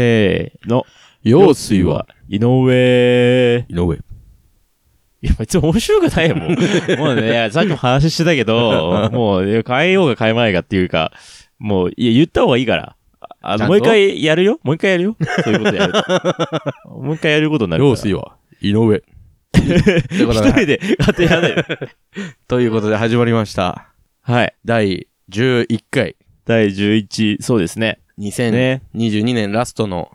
せーの。用水は、井上。井上。いや、別に面白くないよ、 もう。もうねいや、さっきも話してたけど、もういや変えようが変えまいがっていうか、もう、いや、言った方がいいから。あちゃの、もうんと一回やるよもう一回やるよそういうことやる と。もう一回やることになる用から。水は、井上。という こと一で、人で勝手にやらないで。ということで始まりました。 はい。第11回、第11、そうですね。 2022ね。年ラストの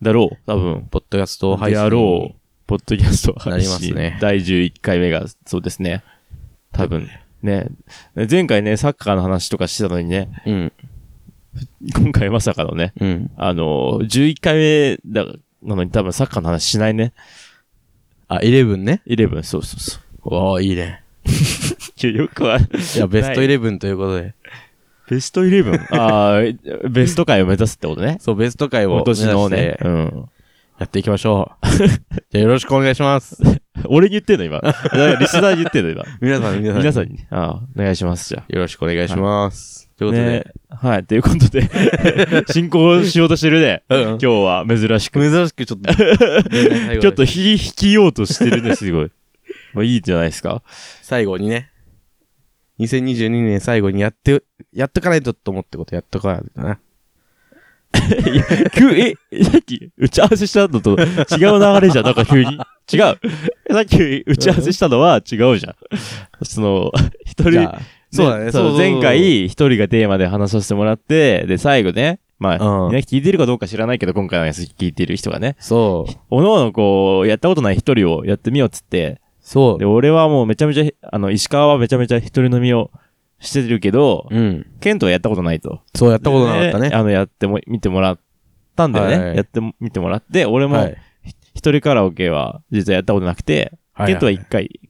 だろう、多分。ポッドキャスト配信。やろう。ポッドキャスト配信なりますね第11回目が、そうですね。多分。ね。前回ね、サッカーの話とかしてたのにね、う。うん、今回まさかのね、うん。あの、11回目だなのに多分サッカーの話しないね。あ、11ね。 11、そうそうそおー、いいね。う。いやよくは、いや、ベストない11ということで。ベスト 11? ああ、ベスト回を目指すってことね。そう、ベスト回を今年の目指しねて。うん。やっていきましょ う。じゃあよろしくお願いします。俺に言ってんの今。だからリスナーに言ってんの 今。皆さん、皆さん。皆さんに。ああ、お願いします、じゃあ。よろしくお願いします。ということで、はい、ということで、 進行しようとしてるね。うん今日は珍しく。珍しくちょっと、ちちょっと引き引きようとしてるね、すごい。まあ いいじゃないですか。最後にね、2022年最後にやって、やっとかないとと思ってことやっとかないとな。急、え、さっき打ち合わせしたのと違う流れじゃん、なんか急に。違う。さっき打ち合わせしたのは違うじゃん。その、一人、じゃあ、そうだね、そうそうそう前、回一人がテーマで話させてもらって、で、最後ね、まあ、うんね、聞いてるかどうか知らないけど、今回のやつ聞いてる人がね、そう、おのおのこう、やったことない一人をやってみようっつって、そで、俺はもうめちゃめちゃ、あの、石川はめちゃめちゃ一人飲みをしてるけどう、、うん。ケントはやったことないと。そう、やったことなかったでね。あの、やっても、見てもらったんだよね。はいやっても、見てもらって、俺はもい。一人カラオケは実はやったことなくて、はいケントは一回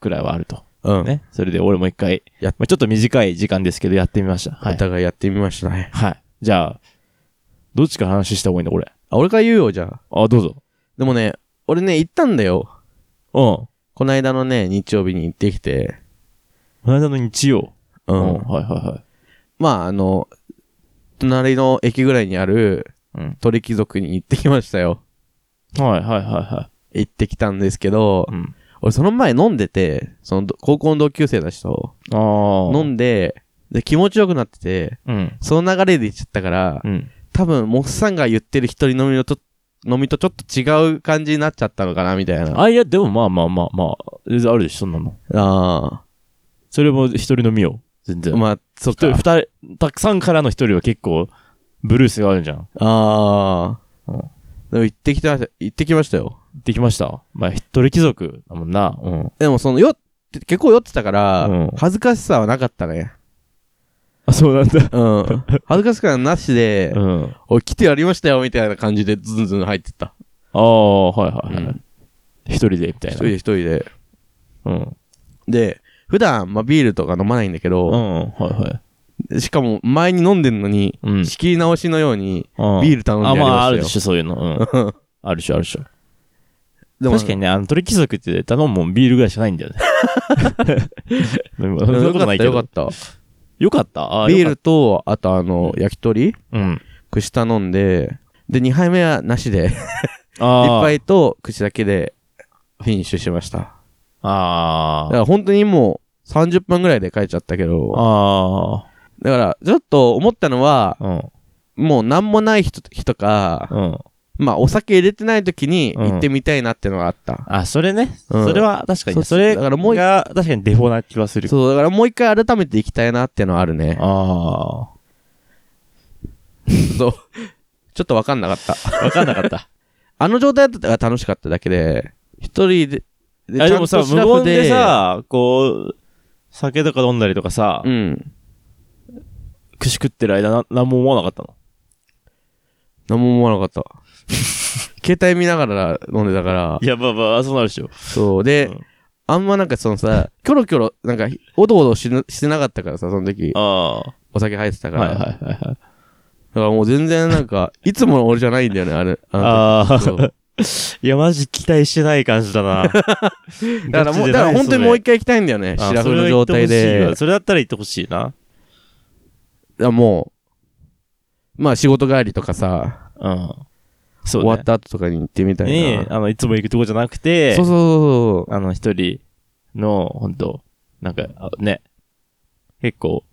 くらいはあると。うん。ね。それで俺も一回、やっまあちょっと短い時間ですけど、やってみました。はおい。互いやってみましたね。はい。じゃあ、どっちから話した方がいいんだ、俺。あ、俺から言うよ、じゃあ。あ、どうぞ。でもね、俺ね、行ったんだよ。うん。この間のね、日曜日に行ってきて。この間の日曜。ううんん。はいはいはい。まあ、あの、隣の駅ぐらいにあるうん。鳥貴族に行ってきましたよ。はいはいはいは行ってきたんですけどい。、うん。俺その前飲んでて、そのど高校の同級生だしとああ。飲んで、で気持ちよくなってて、うん。その流れで行っちゃったから、うん。多分モッさんが言ってる一人飲みのと、飲みとちょっと違う感じになっちゃったのかな、みたいな。ああ、いや、でもまあまあまあまあ、全然あるでしょ、そんなの。あそれも一人飲みよ。全ー。然。まあ、そっ一人、か。二人、たくさんからの一人は結構、ブルースがあるじゃん。ああ。うんでも行ってきた、行ってきましたよ。できましたまあ、一人貴族だもんな。うん。でもその酔って、結構酔ってたから、うん恥ずかしさはなかったね。あ、そうなんだ。うん。恥ずかしさなしで、うん。おい、来てやりましたよ、みたいな感じでずんずん入ってった。ああ、はいはいはい。うん一人で、みたいな。一人で一人で。うん。で、普段、まあ、ビールとか飲まないんだけうん、ど、はいはい。しかも前に飲んでんのに、うん。仕切り直しのように、ビビール頼んであ、やりまあ、あるまでししょ、そういうの。うん。たよ。あるでしょ、あるでしょ。でも確かにね、あの、鳥貴族って頼むもんビールぐらいしかないんだ よね。でもそんなこよかとっないけた、よかどっ。た。よかった。あビーよルと、あとあの、焼き鳥かったうん。串頼んで、で、2杯目はなしで、あ1あ。杯と串だけで、フィニッシュしました。だあから本当にもう、30分ぐらいで帰っちゃったけあ。ど、あだから、ちょっと思ったのは、あ。うん。もう何もない人人か、うん。まあ、お酒入れてない時に行ってみたいなってのがあった。あ、それね。うんそれは確かそに。うそれだからもう一が確かにデフォな気はする。そう、だからもう一回改めて行きたいなってのはあるね。あそう。 ちょっとわかんなかった。あ。わかんなかった。あの状態だったら楽しかっただけで、一人で、 であでもさ、ちゃんと無調言べで、さ、こう、酒とか飲んだりとかさう、ん。串食ってる間な、何も思わなかったの。何も思わなかった。 携帯見ながら飲んでたからい、や、まあまあ、そうなるでしょ。そう。で、うんあんまなんかそのさ、キョロキョロ、なんか、おどおどしなしてなかったからさ、その時、あお酒入ってたあ。から。はいはいはいはい。だからもう全然な んか、いつもの俺じゃないんだよね、あれ。ああの時そあう。 いや、マジ期待してない感じだ な。 だからもう、だから本当にもう一回行きたいんだよね。回白フの状態で。それだったら言ってほしいな。だからもう、まあ仕事帰りとかさ、うん。そう終ね。わった後とかに行ってみたいな。ねあの、いつも行くとこじゃなくて、そうそうそうそう。あの、一人の、本当なんか、あね、結構、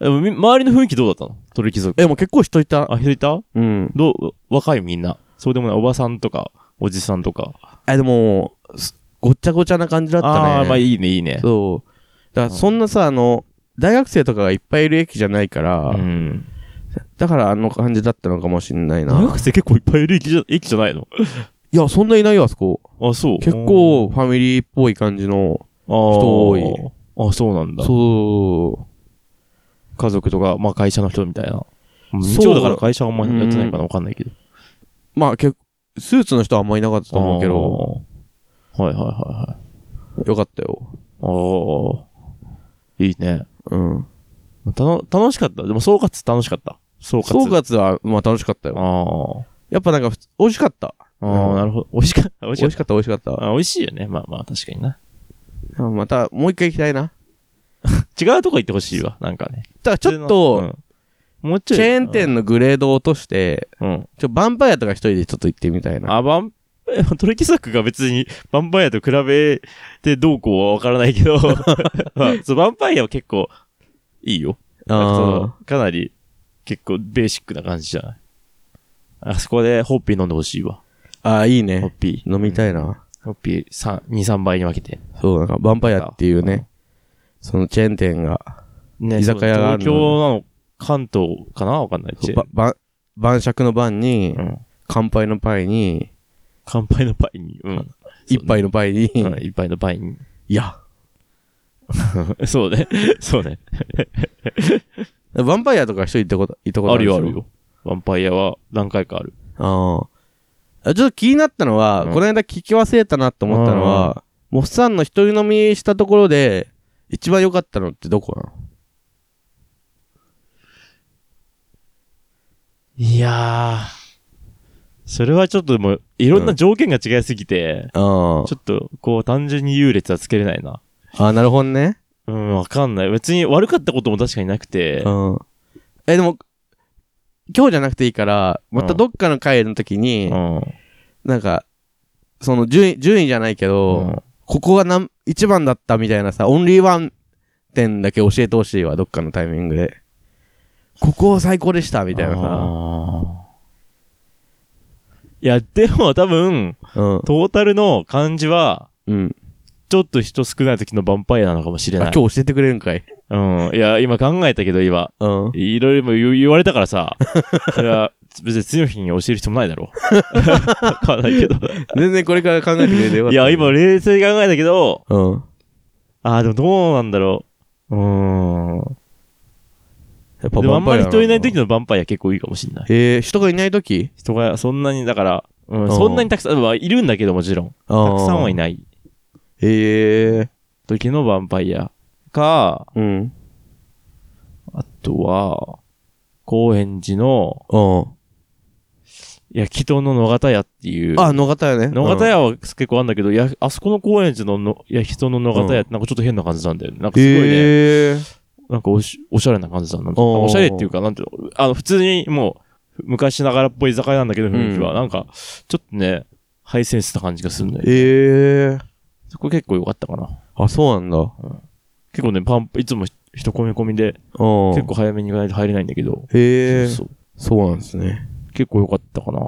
でもみ周りの雰囲気どうだったの鳥貴族。え、もう結構人いた。あ、人いたうん。どう、若いみんな。そうでもない、おばさんとか、おじさんとか。え、でも、すごっちゃごちゃな感じだったね。ああ、まあいいね、いいね。そう。だからそんなさ、あの、大学生とかがいっぱいいる駅じゃないから、うん。だからあの感じだったのかもしんな大いな。学生結構いっぱいいる駅じゃ、駅じゃないのいや、そんないないよ、あそこ。あ、そう。結構ファミリーっぽい感じの、あー、人多いあ、そうなんだ。そ家族とか、まあ会社の人みたいな。そう一応だから会社はあんまやってないからわかんないけど。う。まあ、結構スーツの人はあんまいなかったと思うけど、あー。はいはいはいはい。よかったよ。おー。いいね。うん。たの、楽しかった。でも総括楽しかった。総括。総括は、まあ楽しかったよ。あやっぱなんかふつ、美味しかった。あ。あうあ、んなるほど。美味しかった。美味しかっ。美味しかった、美味しかったあ美味しいよね。まあまあ、確かにな。た。また、もう一回行きたいな。違うとこ行ってほしいわ。なんかね。だからちょっと、、うん、もうちょい。チェーン店のグレードを落として、うん。うん。ちょ、バンパイアとか一人でちょっと行ってみたいな。あ、バン、トレキサックが別にバンパイアと比べてどうこうはわからない けど、まあ、そう、バンパイアは結構いいよ。そあうかなり結構ベーシックな感じじゃないあそこでホッピー飲んでほしいわ。ーあー、いいホッね。ピー。飲みたいな。ホッピー3、2、3倍に分けて。そう、なんか、バンパイアっていうね、そのチェーン店が、ね居酒屋があ東るの京なの、関東かなわかんない。ばば晩酌の晩にう、ん乾杯のパイに、乾杯のパイに。うん。一杯のパイに、うん一杯のパイに。 いや、そうね。そうね。バンパイアとか一人行ったこと、行ったことああるるでしよょある。よ。ヴァンパイアは何回かある。ああ。あちょっと気になったのは、うんこの間聞き忘れたなと思ったのは、モッサンの一人飲みしたところで、一番良かったのってどこなのいやー。それはちょっともう、いろんな条件が違いすぎて、ちあょっと、こう、単純に優劣はつけれないな。あ。ああ、なるほどね。うん、わかんない。別に悪かったことも確かになくてう、ん。え、でも、今日じゃなくていいから、またどっかの会の時うに、ん。なんか、その順位、順位じゃないけど、うんここがなん一番だったみたいなさ、オンリーワン点だけ教えてほしいわ、どっかのタイミングで。ここ最高でした、みたいなさ。あーいや、でも多分、うん。トータルの感じは、うん。ちょっと人少ない時のヴァンパイアなのかもしれあ、な今い日。教えてくれるんかい。うん。いや、今考えたけど、今。うん。いろいろ言言われたから さ。それは、別に強い日に教える必要もないだろ う。わかんないけど。全然これから考えてくれてよかっいた。や、今、冷静に考えたけど、うん。あーでもどうなんだろう。うーん。やっでもあんまり人いない時の。のヴァンパイア結構いいかもしれない。えー、人がいない時人がそんなに、だから、う、うんんそんなにたくさん、まあいるんだけどもちろん。たたくさんはいい。ないえー。時のヴァンパイアか、うん。あとは、高円寺のう焼き豚の野方屋っていん。う。あ、野方やね。野方屋は結構あんだけど、やあそこの高円寺のの焼き豚の野方屋ってなんかちょっと変な感じなんだよね。なんかうん。すごいね、えー。なんかおしおしゃれな感じだな。なんかおーおしゃれっていうか、なんていうの、あの、普通にもう、昔ながらっぽい居酒屋なんだけど、雰囲気は。うんなんか、ちょっとね、ハイセンスな感じがするんだよね。えー。そこ結構良かったかな。あ、そうなんだ。結構ね、パン、いつも人込み込みで、うん。結構早めに行かないと入れないんだけど、へえ。そうそうそうなんですね。結構良かったかな。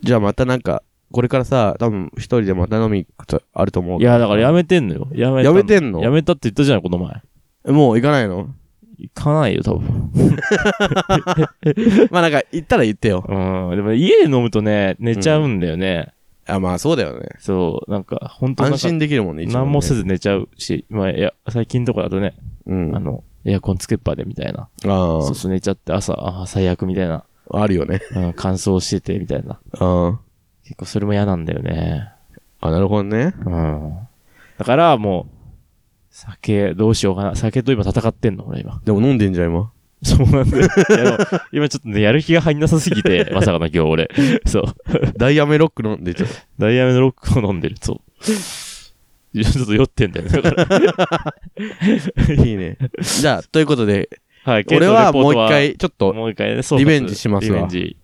じゃあまたなんか、これからさ、多分一人でまた飲み行くとあると思ういけど。や、だからやめてんのよ。やめたやめてんのやめたって言ったじゃない、この前。もう行かないの行かないよ、多分。 まあなんか、行ったら言ってよ。うん。でも家で飲むとね、寝ちゃうんだよね。あ、まあそうだよね。そう。なんか、本当なんか安心できるもんね、一番ね何もせ。ず寝ちゃうし、まあ、いや、最近とかだとね、うん。ああの、エアコンつけっぱでみたいな。あそうそう、寝ちゃって朝、ああ、最悪みたいな。ー、あるよね。うん、乾燥しててみたいな。あ結構それも嫌なんだよね。あ、なるほどね。うん。だから、もう、酒、どうしようかな。酒と今戦ってんの、俺今。でも飲んでんじゃん、 今。そうなんだよ。いやでも今ちょっとね、やる気が入んなさすぎ て、まさかの今日俺。そう。ダイヤメロック飲んでちょっと。ダイヤメのロックを飲んでる。そう。いやちょっと酔ってんだよね。だから いいね。じゃあ、ということで、はい、俺はもう一ケイトのレポート回、ちょっは、と、もう一回ね、そうリベンジしますわリベンジ。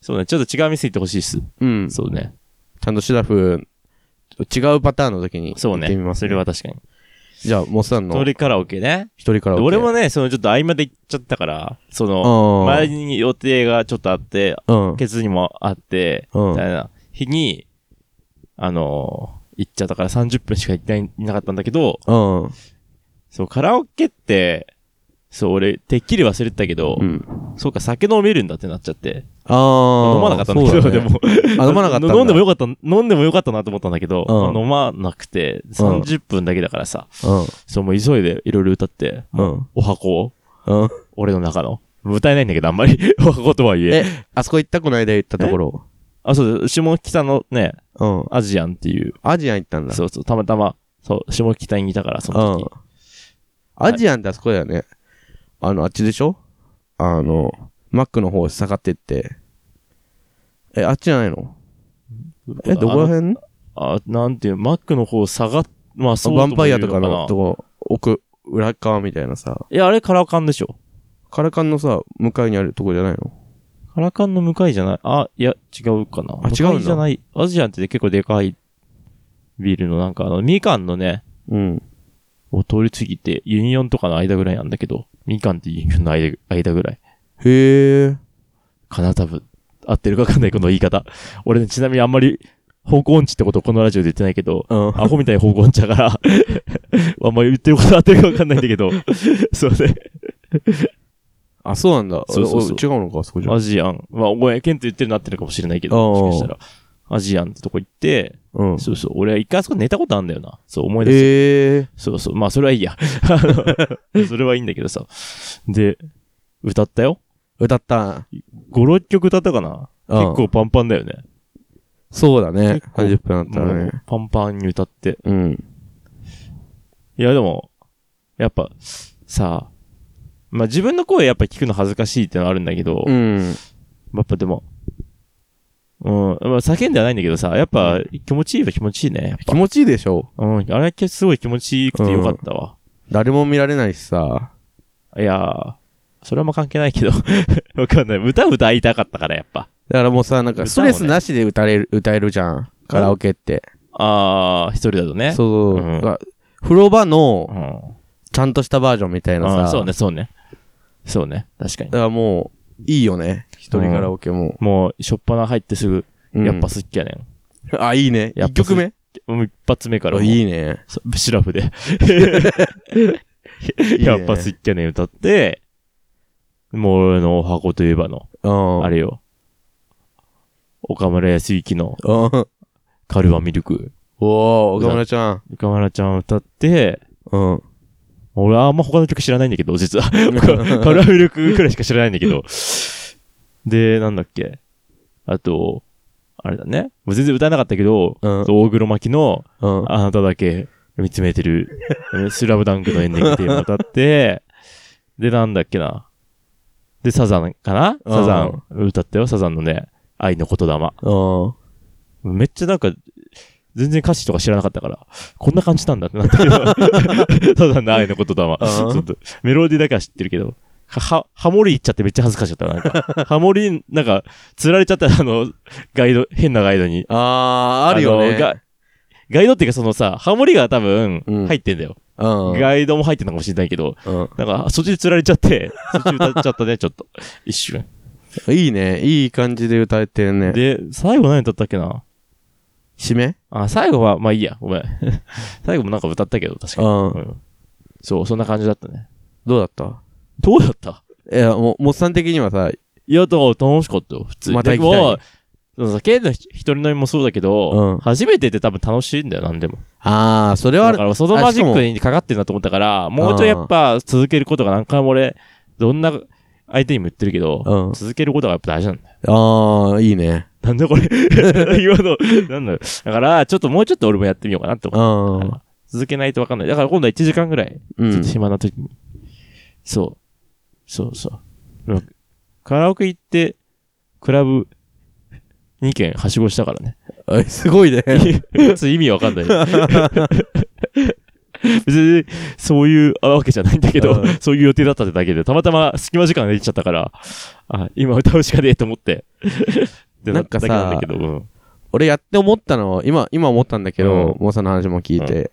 そうね、ちょっと違う店行ってほしいっす。うん。そうね。ちゃんとシラフ、違うパターンの時にそ行うってみね。ます、それは確かに。じゃあ、モスさんの鳥カラオケね。一人から。俺もね、そのちょっと合間で行っちゃったから、その、うん、前に予定がちょっとあって、うん。ケツにもあって、うんみたいな日に、あのー行っちゃったから30分しか行ってないいなかったんだけど、うん。そう、カラオケって、そう、俺、てっきり忘れてたけど、うん。そうか、酒飲めるんだってなっちゃって。ああ。飲まなかったんだけど、そうでねも。あ、飲まなかっただ飲んでもよかった、飲んでもよかったなと思ったんだけど、うん飲まなくて、30分だけだからさ、そう、もう急いでいろいろ歌って、うん。うん。お箱を、うん。俺の中の。歌えないんだけど、あんまり。 お箱とはいえ。え、あそこ行ったこの間行ったところ。あ、そうです。下北のね、うん。アジアンっていう、アジアン行ったんだ。そうそう、たまたま、そう、下北にいたから、その時うん。。アジアンってあそこだよね。あの、あっちでしょあの、マックの方下がってって。え、あっちじゃないのえ、どこら辺あ、なんていう、マックの方下がっ、まあ、ヴそうァとンもパイ言うアとかのなとこ、奥、裏側みたいなさ、いや、あれカラカンでしょ。カラカンのさ、向かいにあるとこじゃないのカラカンの向かいじゃないあ、いや、違うかな。あ違向うかんだいじゃない。アジアンって結構でかいビルの、なんかあの、みかんのね、うん。を通り過ぎて、ユニオンとかの間ぐらいなんだけど、みかんってユニオンの間間ぐらい。へえ。かな、多分。合ってるかわかんない、この言い方。俺ね、ちなみにあんまり、方向音痴ってことをこのラジオで言ってないけど、うん。アホみたいに方向音痴だから、 あんまり言ってること合ってるかわかんないんだけど、 そうね。あ、そうなんだ。そうそうそうおお違うのか、あそこじゃ。アジアン。まあ、ごめん、ケント言ってるなってるかもしれないけど、ああもしかしたら。アジアンってとこ行って、うん。そうそう、俺は一回あそこ寝たことあるんだよな。そう思い出す。へえ。そうそう、まあそれはいいや。 あのそれはいいんだけどさ。で、歌ったよ。歌った。 5、6曲歌ったかなうん結構パンパンだよね。そうだね。結構30分あったもらうね。パンパンに歌って。うん。いやでも、やっぱ、さあ、まあ自分の声やっぱ聞くの恥ずかしいってのはあるんだけど、うん。やっぱでも、うん、まあ叫んではないんだけどさ、やっぱ気持ちいいは気持ちいいね。やっぱ気持ちいいでしょうん、あれすごい気持ちいいくてよかったわ。誰も見られないしさ。いやー、それはま関係ないけど、 わかんない。歌歌いたかったから、やっぱ。だからもうさ、なんかストレスなしで歌れる、歌えるじゃん。カラオケって。あー、一人だとね。う。そうそう。んだから風呂場の、ん。ちゃんとしたバージョンみたいなあーさ。そうね、そうね。そうね、確かにだ。からもう、いいよね。一人カラオケも。もう、しょっぱな入ってすぐ、うんやっぱ好きやねん。 あ、いいね。やっ一ぱ曲目もう一発目からもう。いいね。そうシラフで。いいね やっぱすっきゃね歌って、もう俺のお箱といえばの、うん。あれよ。岡村康之のうん。カルバミルク。おー、岡村ちゃん。岡村ちゃん歌って、うん。俺はあんま他の曲知らないんだけど、実 は。カルバミルクくらいしか知らないんだけど。で、なんだっけ。あと、あれだね。もう全然歌えなかったけど、うん大黒摩季のうん。あなただけ見つめてる、えスラムダンクのエンディングテーマ歌って、で、なんだっけな。で、サザンかなうんサザン歌ったよ、サザンのね、愛の言霊。うん。めっちゃなんか、全然歌詞とか知らなかったから、こんな感じなんだってな ったけど、サザンの愛の言霊。ちうんょっと、メロディーだけは知ってるけど、はは、ハモリいっちゃってめっちゃ恥ずかしかった。なんか、ハモリ、なんか、釣られちゃった、あの、ガイド、変なガイドに、あー、あるよのね。ガガイドっていうかそのさ、ハモリが多分うん入ってんだよ。うん。ガイドも入ってんのかもしれないけど、うんなんかそっちに釣られちゃ って、そっち歌っちゃったね、ちょっと。一瞬。いいね。いい感じで歌えてるね。で、最後何歌ったっけな締めあ、最後は、まあいいや、ごめん。 最後もなんか歌ったけど、確かに。うんう。んそう、そんな感じだったね。どうだったどうだったいや、もう、モッさん的にはさ、いや、だから楽しかったよ、普通に。またで行きたいも、そうそう、ケイの一人飲みもそうだけど、うん初めてって多分楽しいんだよ、なんでも。あー、それはだあるか。ら、そのマジックにかかってるなと思ったから、もうちょいやっぱ続けることが何回も俺、どんな相手にも言ってるけど、うん続けることがやっぱ大事なんだよ。あー、いいね。なんだこ れ今の、なんだろうだから、ちょっともうちょっと俺もやってみようかなってう思っん。たから。続けないとわかんない。だから今度は1時間ぐらい、うちょっんと。暇な時に。そう。そうそう。でもカラオケ行って、クラブ、2軒はしご したからね。あすごいね。 ちょっと意味わかんない。別に、そういうあわけじゃないんだけど、うんそういう予定だったってだけで、たまたま隙間時間ができちゃったから、あ、今歌うしかねえと思って。でなんかさだけなんだけど、うん俺やって思ったの、今、今思ったんだけどう、んモーさんの話も聞いて。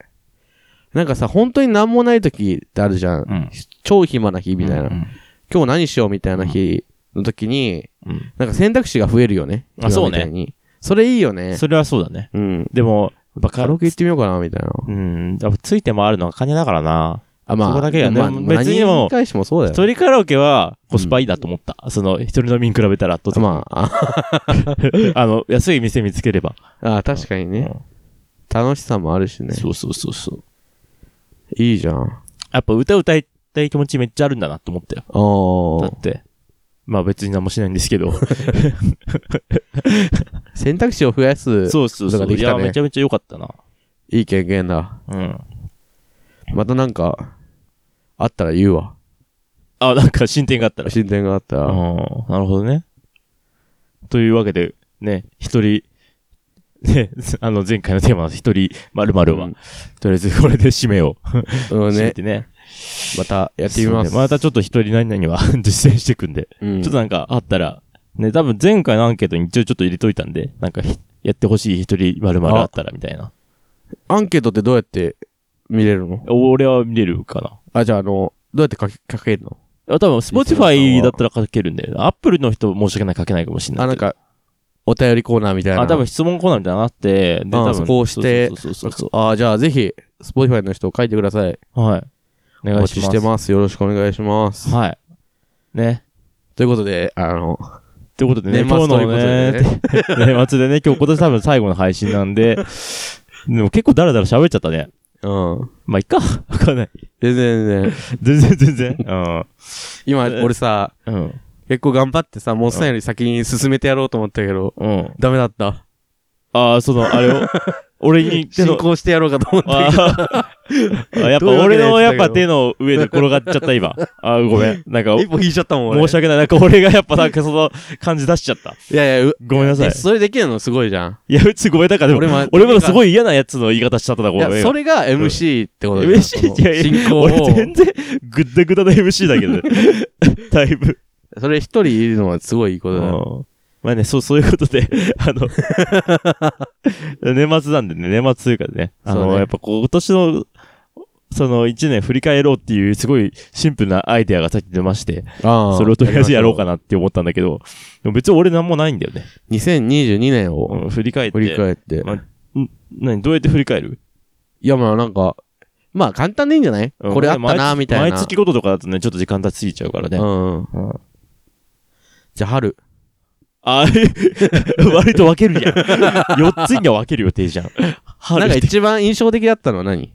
なんかさ、本当に何もない時ってあるじゃん。うん。超暇な日みたいな。うん今日何しようみたいな日の時に、うんなんか選択肢が増えるよね。あそうね今みたいに。それいいよね。それはそうだね。うん。でも、やっぱカカララオオケケ行ってみようかな、みたいな。うん、やっぱついて回るのが金だからな。あ、まあ。そこだけだよねまあ別に何もに返してもそうだよ。一人カラオケはコスパいいだと思った。その、一人飲みに比べたら、とても、まあ、 あの、安い店見つければ。あ、あ確かにね。楽しさもあるしね。そうそうそうそう。いいじゃん。やっぱ歌歌いたい気持ちめっちゃあるんだなと思ったよ。おだーって。まあ別に何もしないんですけど。選択肢を増や す、そうそうこそとがう。でいきたや、ねめちゃめちゃ良かったな。いい経験だ。うん。またなんか、あったら言うわ。あ、なんか進展があったら。進展があったああら。ー、なるほどね。というわけで、ね、一人、ね、 あの前回のテーマの一人〇〇は、うんとりあえずこれで締めをうん締めね。てね。またやってみそまうす。ねまたちょっと一人何々は 実践していくんで、うんちょっとなんかあったら、ね、多分前回のアンケートに一応ちょっと入れといたんで、なんかひやってほしい一人〇〇あったらみたいな。アンケートってどうやって見れるの俺は見れるかな。ああ、じゃああの、どうやって書け書けるの多分、スポティフリスナーさんァイはだったら書けるんだよね。アップルの人申し訳ない書けないかもしれない。あ、なん、か、お便りコーナーみたいな。あ、多分質問コーナーみたいなのがあって、で、あ多分そこを押してそうそうそうそうそあ、じゃあぜひ、Spotify の人書いてください。う。はい。おお願い待しちましす。てます。よろしくお願いします。はい。ね。ということで、あの、ということでね、年末今とい日うのことね、でね。年末でね、 今日今年多分最後の配信なんで、でも結構ダラダラ喋っちゃったね。うん。まあ、いっか。わかんない。全然全然。全然全然。うん。今、俺さ、うん。結構頑張ってさ、モンスターより先に進めてやろうと思ったけど、うん。ダメだった。ああ、その、あれを、俺に手進の、行してやろうかと思ったけど。あーあやっぱどういうわけ俺だよのやっだぱけど手の上で転がっちゃった今。あーごめん。なんか、 一歩引いちゃったもん、俺。申し訳ない。なんか俺がやっぱなんかその感じ出しちゃった。いやいや、うごめんなさいえ。それできるのすごいじゃん。いや、うちごめんだから、で俺もも、俺もすごい嫌なやつの言い方しちゃったな、ごいめん。や、それが MC ってことだよ。 MC いやいや進行俺を。全然ぐったぐたの MC だけ どね、だいぶ。それ一人いるのはすごいいいことだよ。うんまあね、そう、そういうことで、 あの、年末なんでね、年末というかね、あそうの、ねやっぱこう、今年の、その一年振り返ろうっていう、すごいシンプルなアイデアがさっき出まして、あそれをとりあえずやろうか。かなって思ったんだけど、でも別に俺なんもないんだよね。 2022年をうん振り返って。振り返って。ま何どうやって振り返るいや、まあなんか、まあ簡単でいいんじゃないうんこれあったな、毎みたいな。毎月ごととかだとね、ちょっと時間経ちすぎちゃうからね。うん。うんじゃあ春。あ、 え割と分けるじゃん。4つに は分ける予定じゃん。なんか春で。一番印象的だったのは何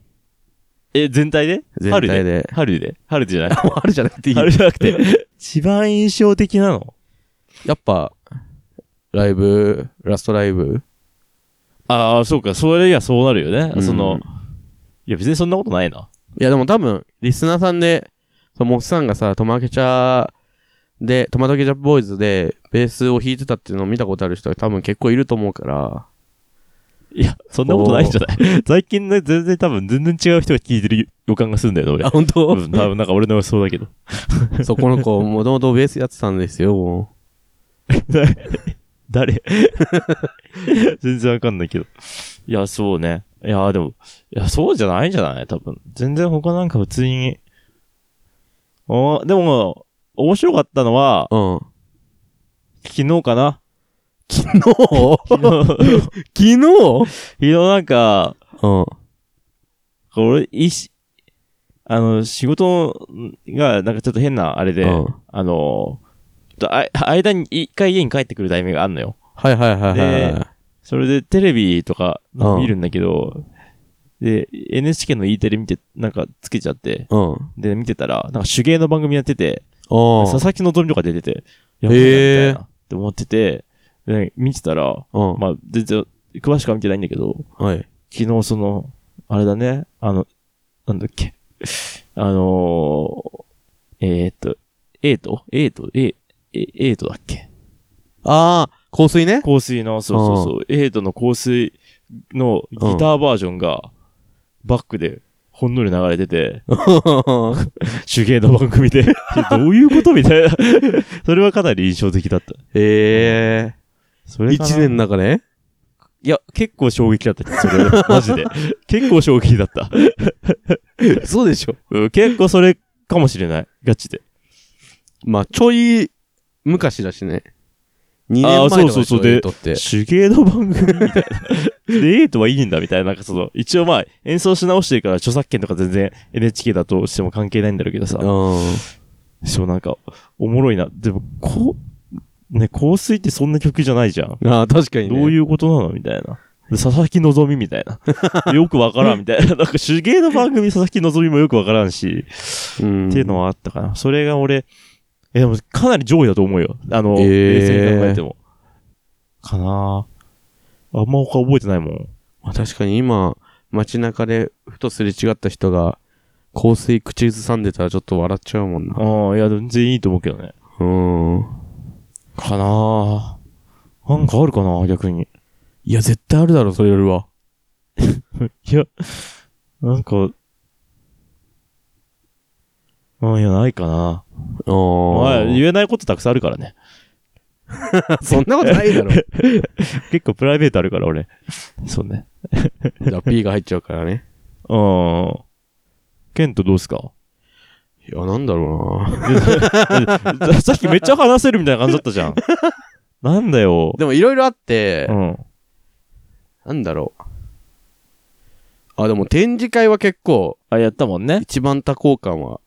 え、全体で全春体で。春で 春でじゃないもう春じゃなくてい い。春じゃなくて。一番印象的なのやっぱ、ライブ、ラストライブ。ああ、そうか。それにはそうなるよね。うんその、いや別にそんなことないな。いや、でも多分、リスナーさんで、そのモッさんがさ、トマケチャで、トマトケチャボーイズで、ベースを弾いてたっていうのを見たことある人が多分結構いると思うから、いや、そんなことないんじゃない 最近ね、全然多分全然違う人が聞いてる予感がするんだよね、俺。あ、本当うん多分なんか俺の予想だけど。そこの子、もともとベースやってたんですよ。誰 全然わかんないけど。いや、そうね。いや、でも、いや、そうじゃないんじゃない多分。全然他なんか普通に。おでも、面白かったのは、うん。昨日かな昨日昨日、 昨昨日日なんか、うん。俺、いし、あの、仕事が、なんかちょっと変な、あれで、うんあの、ちょっとあ間に一回家に帰ってくるタイミングがあるのよ。はいはいはいはいはい。それでテレビとかうん見るんだけど、で、NHK の E テレ見て、なんかつけちゃって、うん。で、見てたら、なんか手芸の番組やってて、お佐ー々木希とか出てて、やばいなみたへーいなって思ってて、で、見てたら、うん。まあ、全然、詳しくは見てないんだけど、はい。昨日その、あれだね、あの、なんだっけ、 あのー、えー、っと、A と ?A と ?A、A、A とだっけあー、香水ね。香水の、そうそうそう、エイトの香水のギターバージョンがバックでほんのり流れてて、手芸の番組で、 どういうことみたい な。それはかなり印象的だった。 へえ。それ一かな年の中でいや、結構衝撃だった。それは、マ ジで。結構衝撃だった。そうでしょ。うん結構それかもしれない。ガチで。まあ、ちょい昔だしね。2年あー前とかでしょそうそうそうで言とって。手芸の番組みたいな。 デートはいいんだみたいな。なんかその、一応まあ、演奏し直してるから著作権とか全然 NHK だとしても関係ないんだろうけどさ。うそうなんか、おもろいな。でも、こう、ね、香水ってそんな曲じゃないじゃん。ん。ああ、確かにね。どうう。いうことなのみたいな。で佐々木希みたい な。よくわからんみたいな。 なんか手芸の番組佐々木希もよくわからんし。ん、っていうのはあったかな。それが俺、え、でもかなり上位だと思うよ。あの、えー冷静に考えても。かなああんま他覚えてないもん。まあ確かに今、街中でふとすれ違った人が、香水口ずさんでたらちょっと笑っちゃうもんな。ああ、いや、全然いいと思うけどね。うん。かなあなんかあるかな逆に。いや、絶対あるだろ、それよりは。いや、なんか、うん、いや、ないかな。あまあ、ー言えないことたくさんあるからね。 そんなことないだ ろ。結構プライベートあるから、俺。そうね。じゃあ P が入っちゃうからね。うん。ケントどうすかいや、なんだろうな。さっきめっちゃ話せるみたいな感じだった じゃん。なんだよ。でもいろいろあってう、ん。なんだろう。あ、でも展示会は結構、あ、やったもんね。一番多幸感は、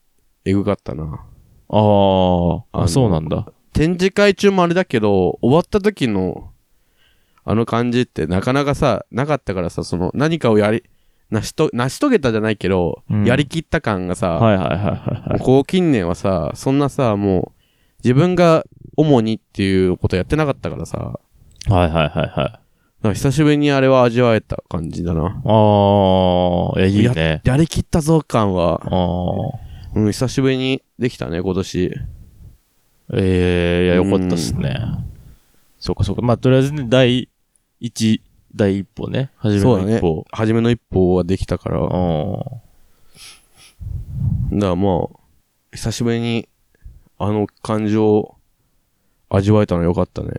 えぐかったな。あーああ、のそうなんだ。展示会中もあれだけど、終わった時の、あの感じってなかなかさ、なかったからさ、その何かをやり、成しと、成し遂げたじゃないけど、うんやりきった感がさ、はいはいはいはいはもうい。こう近年はさ、そんなさ、もう、自分が主にっていうことやってなかったからさ、はいはいはいはい。なんか久しぶりにあれは味わえた感じだな。ああ、いや、いいね。やりきったぞ感は、ああ。うん、久しぶりにできたね、今年。ええいや、よかったっすね。そうかそうか。まあ、とりあえずね、第一、第一歩ね。初めそうだのね一歩。。初めの一歩はできたから。だかあらまあ、久しぶりに、あの感情を味わえたのよかったね。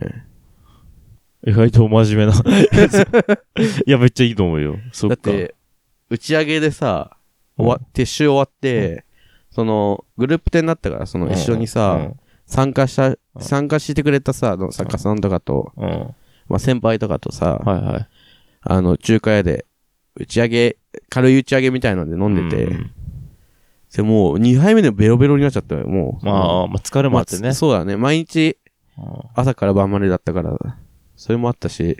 あ。意外と真面目な。 いや、めっちゃいいと思うよ。そっだか。って、打ち上げでさ、うん終わ、撤収終わって、その、グループ展になったから、その一緒にさ、参加した、参加してくれたさ、あの作家さんとかと、うん、うん。うんまあ先輩とかとさ、はいはい。あの、中華屋で、打ち上げ、軽い打ち上げみたいので飲んでて、うでもう2杯目でベロベロになっちゃったよ、もう。まあ、まあ、疲れもあってまねあ。そうだね。毎日、うん朝から晩までだったから、それもあったし、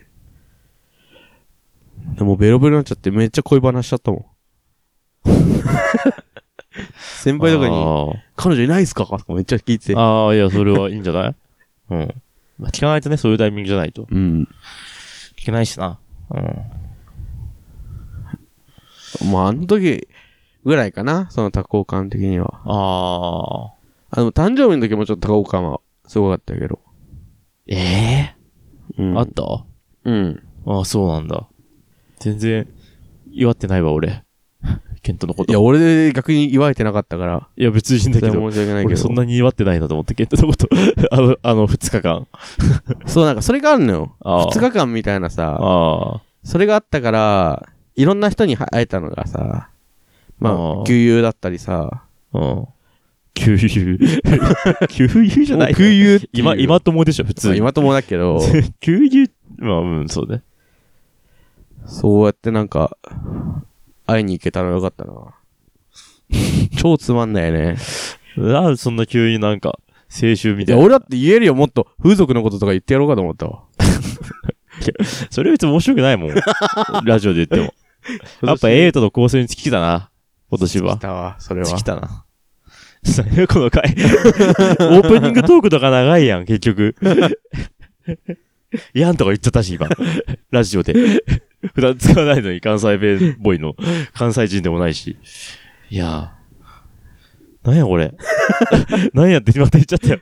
でもベロベロになっちゃってめっちゃ恋話しちゃったもん。 先輩とかに、彼女いないっすかとかめっちゃ聞いてあーて。あー、いや、それはいいんじゃないうん。まあ、聞かないとね、そういうタイミングじゃないと。うん。聞けないしな。うん。まあ、あの時ぐらいかな、その多幸感的には。ああ。あの、誕生日の時もちょっと多幸感はすごかったけど。ええうん。あったあうん。あ、そうなんだ。全然、祝ってないわ、俺。 ケントのこと。いいやや、、俺逆に祝えてなかったから、別にいいんだそけれど。は申し訳ないけ俺どそん。なに祝ってないなと思って、ケントのこと。 あの、あの、二日間。そう、なんかそれがあるのよ。あー2日間みたいなさ、ああ。それがあったから、いろんな人に会えたのがあさ、まあ、ー給油だったりさ、うん。給 油。給油じゃないもう給油っていう今、今ともでしょ、普まあ通に。今ともだけ ど、給油、まあ、うん、そうね。そうやってなんか、会いに行けたらよかったな。 超つまんないね。なんでそんな急になんか、青春みいたいや、な。俺だって言えるよ、もっと風俗のこととか言ってやろうかと思ったわ。それ別に面白くないも ん。ラジオで言っても。やっぱエイトの構成に尽きたな。今年来は。たわ、それは尽き。たな。何やこの 回。オープニングトークとか長いやん、結局。 やんとか言っちゃったし、 今。ラジオで。普段使わないのに関西弁ボーイの関西人でもないし。いやー。なんやこ れ。なんやってまた言っちゃったよ。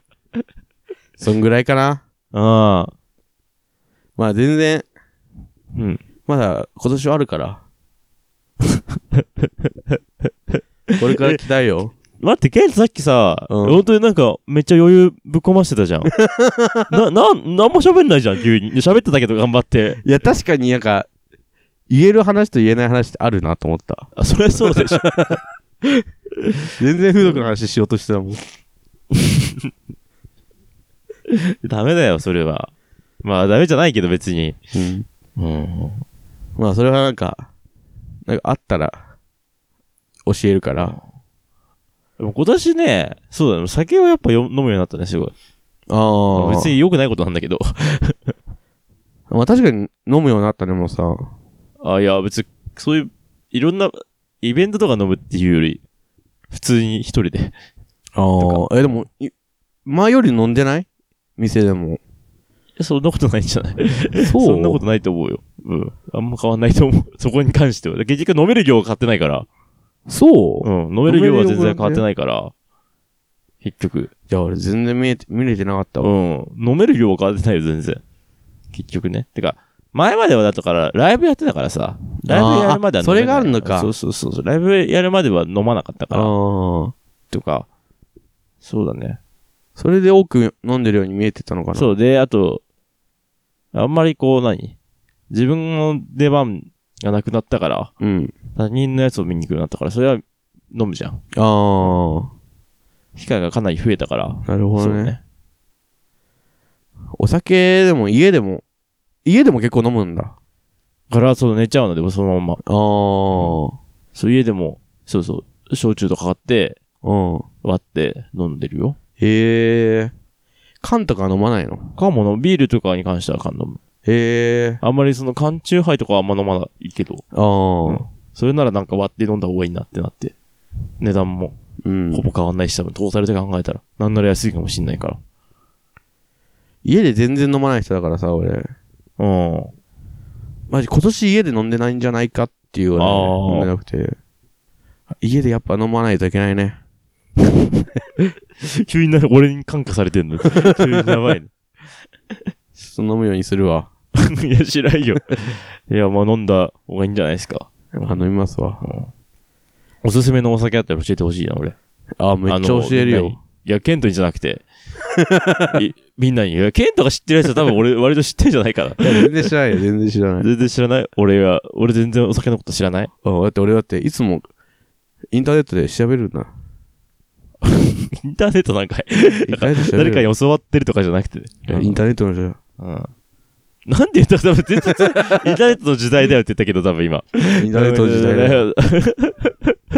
そんぐらいかな。ああ。まあ、全然、うん。 まだ今年はあるから。これから来たいよ。待って、ケンさっきさ、うん本当になんか、めっちゃ余裕ぶっこましてた じゃん。な、なん、なんも喋んないじゃん、急に。喋ってたけど頑張って。いや、確かになんか、言える話と言えない話ってあるなと思った。あ、そりゃそうでしょ。全然風俗の話しようとしてたもん。ダメだよ、それは。まあ、ダメじゃないけど、別に。うん。まあ、それはなんか、なんかあったら、教えるから。でも今年ね、そうだね、酒をやっぱよ飲むようになったね、すごい。あ別に良くないことなんだけど。まあ、確かに飲むようになったね、もうさ。あ、いや、別に、そういう、いろんな、イベントとか飲むっていうより、普通に一人で。ああ。え、でも、い前より飲んでない店でも。そんなことないんじゃないそそんなことないと思うよ。うん。あんま変わんないと思う。そこに関しては。だ結局飲める量は買ってないから。。そううん飲める量は全然変わってないから。結局。じゃあ俺全然見えて、見れてなかったうわ。ん。飲める量は変わってないよ、全然。結局ね。てか、前まではだったから、ライブやってたからさ。ライブやるまではあーあそれがあるのかそうそうそうそう。ライブやるまでは飲まなかったかああら。ー。とか。そうだね。それで多く飲んでるように見えてたのかな。そう。で、あと、あんまりこう何自分の出番がなくなったから。うん。他人のやつを見に行くようになったから、それは飲むじゃん。ああ。機会がかなり増えたから。なるほそどうね。。お酒でも家でも、家でも結構飲むんだ。だから、そう寝ちゃうので、もうそのまま。ああ。そう、家でも、そうそう、焼酎とか買って、うん。割って飲んでるよ。へえ。缶とか飲まないの缶もの、ビールとかに関しては缶飲む。へえ。あんまりその缶中杯とかはあんま飲まないけど、ああ。それならなんか割って飲んだ方がいいなってなって。値段もうんほぼ変わんないし、多分トータルで考えたら、なんなら安いかもしんないか家で全然飲まない人だからさ、俺。ら。うん。 マジ今年家で飲んでないんじゃないかっていうぐらいあー飲んでなくて。家でやっぱ飲まないといけないね。急になる、俺に感化されてんの。急に やばいね。ちょっと飲むようにするわ。いや、知ら んよ。いや、まあ飲んだ方がいいんじゃないですか。あ飲みますわ。おすすめのお酒あったら教えてほしいな、俺。あ、めっちゃ教えるあの。みんなにいよ。や、ケントにじゃなく て。いみんなに。いや、ケントが知ってるやつは多分俺、割と知ってんじゃないかな。いや全然知らないよ、全然知 らない。全然知らない俺は、俺全然お酒のこと知ら ない。うんだって俺だって、いつも、インターネットで調べる んだ。インターネットなんか、インターネットで調べ誰るかに教わってるとかじゃなくて。いやインターネットの人うん。なんで言ったら多分全然、インターネットの時代だよって言ったけど、多分今。インターネットの時代で。よ。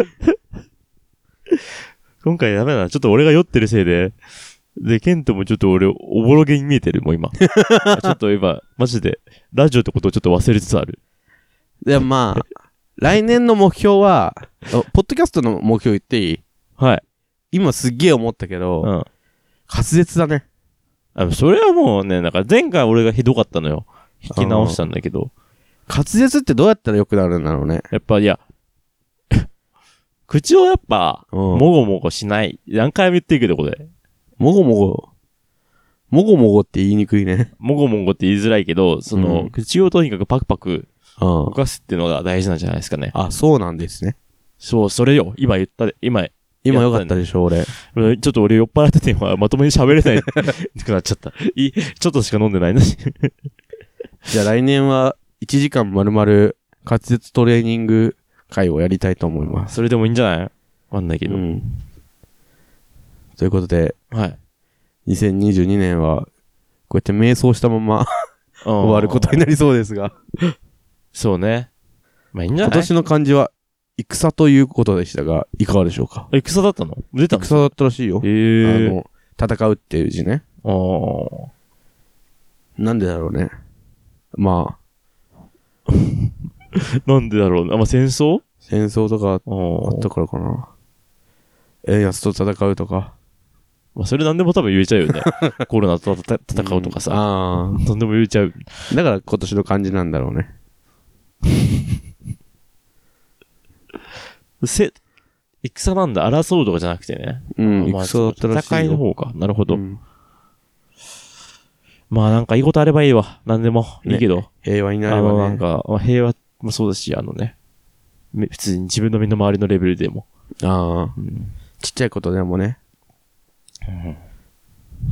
今回ダメだな。ちょっと俺が酔ってるせいで。で、ケントもちょっと俺、おぼろげに見えてる、 もう今。ちょっと今、マジで、ラジオってことをちょっと忘れつつある。で、まあ、来年の目標は、おポッドキャストの目標言っていいはい。今すっげえ思ったけうど、ん。滑舌だね。あそれはもうね、なんか前回俺がひどかったのよ。引き直したんだけど。滑舌ってどうやったら良くなるんだろうね。やっぱ、いや、 口をやっぱ、うんもごもごしない。何回も言ってるけど、これ。もごもご。もごもごって言いにくいね。もごもごって言いづらいけど、その、うん口をとにかくパクパクうん動。かすっていうのが大事なんじゃないですかね。あ、そうなんですね。そう、それよ。今言ったで、今、ち今良かったでしょ、俺。ょっと俺酔っ払ってて、今、まともに喋れない くなっちゃった。い、ちょっとしか飲んでないのに。 じゃあ来年は1時間まるまる滑舌トレーニング会をやりたいと思います。それでもいいんじゃないわかんないけうど。ん。ということで、はい。 2022年は、こうやって迷走したまま終わることになりそうですが、そうね。まあいいんじゃ今ない年の漢字は、戦ということでしたが、いかがでしょうかあ戦だったの出たの戦だったらしいよ。ええあの、戦うっていう字ね。あーなんでだろうね。まあ、なんでだろうな。あまあ、戦争戦争とかああっーたからかな。円安と戦うとか。まあ、それなんでも多分言えちゃうよ ね。コロナとたた戦うとかさ。あなんでも言えちゃう。あ。だから今年の漢字なんだろうね。せ、戦なんだ。争うとかじゃなくてね。うん、まあ戦だったらしいよ。戦いの方か。なるほど。うんまあなんかいいことあればいいわ。なんでも。いねいけど。平和になあればのなね。んか、まあ、平和もそうだし、あのね。め普通に自分の身の回りのレベルでも。ああ、ちっちゃいことでもね。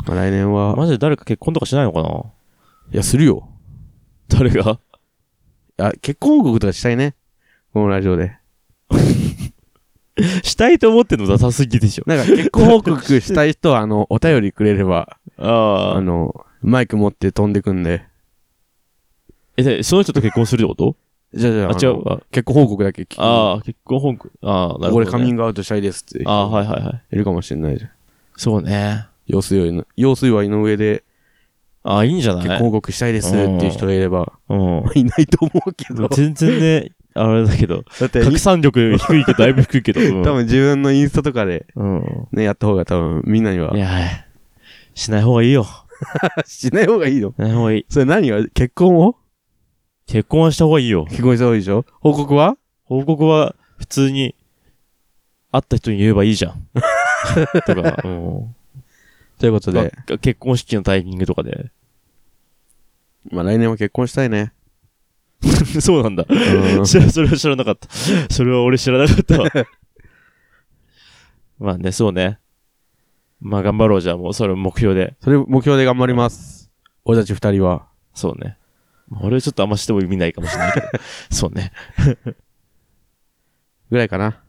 まあ、来年は、マジで誰か結婚とかしないのかないや、するよ。誰がいや、結婚報告とかしたいね。このラジオで。 したいと思ってんのダサすぎでしょ。なんか、結婚報告したい人は、あ の、お便りくれれば、あああ。の、マイク持って飛んでくんで。え、でその人と結婚するってことじゃあじゃあ、違のうか。結婚報告だけ聞く。ああ、結婚本句。ああ、なるほど、俺ね。カミングアウトしたいですって。ああ、はいはいはい。い。るかもしれないじゃん。そうね。用水は、用水は井上でああ、いいんじゃない結婚報告したいですっていう人がいれば、うん。いないと思 うけど。だ全然ね、あれだけ ど、って、拡散力低いけど、だいぶ低いけ ど。うん多分自分のインスタとかでうん。ね、やった方が多分みんなにはいや、しない方がいいよ。しない方がいいの。しない方がいい。それ何が結婚を結婚はした方がいいよ。結婚した方がいいでしょ報告は報告は普通に会った人に言えばいいじ ゃん。とか、うんということまで、あ結婚式のタイミングとか で。まあ来年は結婚したいね。そうなんだ。うん知らそれは知らなかった。それは俺知らなかったわ。 まあね、そうね。まあ頑張ろうじゃあもうそれを目標で。 それ目標で頑張ります。俺たち二人は。そうね。まあ俺はちょっとあんましても見ないかもしれないけど。 そうね。ぐらいか な。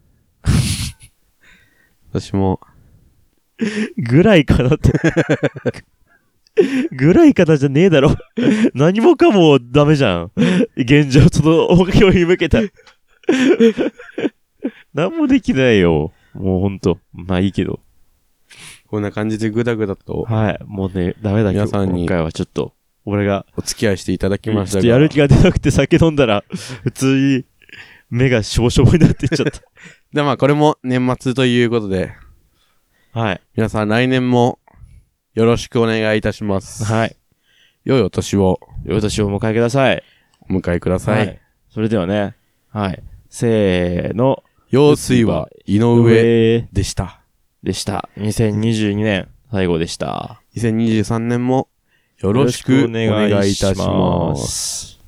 私も、ぐらいかなって。 ぐらいかなじゃねえだろ。何もかもダメじゃん。現状、その目標に向けた。 何もできないよ。もうほんと。まあいいけど。こんな感じでぐだぐだとはい。もうね、ダメだけど、皆さんに今回はちょっと、俺が、お付き合いしていただきましちょったがとやる気が出なくて酒飲んだら、普通に目がしょぼしょぼになっていっちゃっで、まあこれも年末ということで、た。 はい。皆さん来年もよろしくお願いいたします。はい。良いお年を良いお年をお迎えください。お迎えください。。それではね、はい。せーの。用水は井上上でした。でした。2022年最後でした。 2023年もよろしくお願いいたします。す。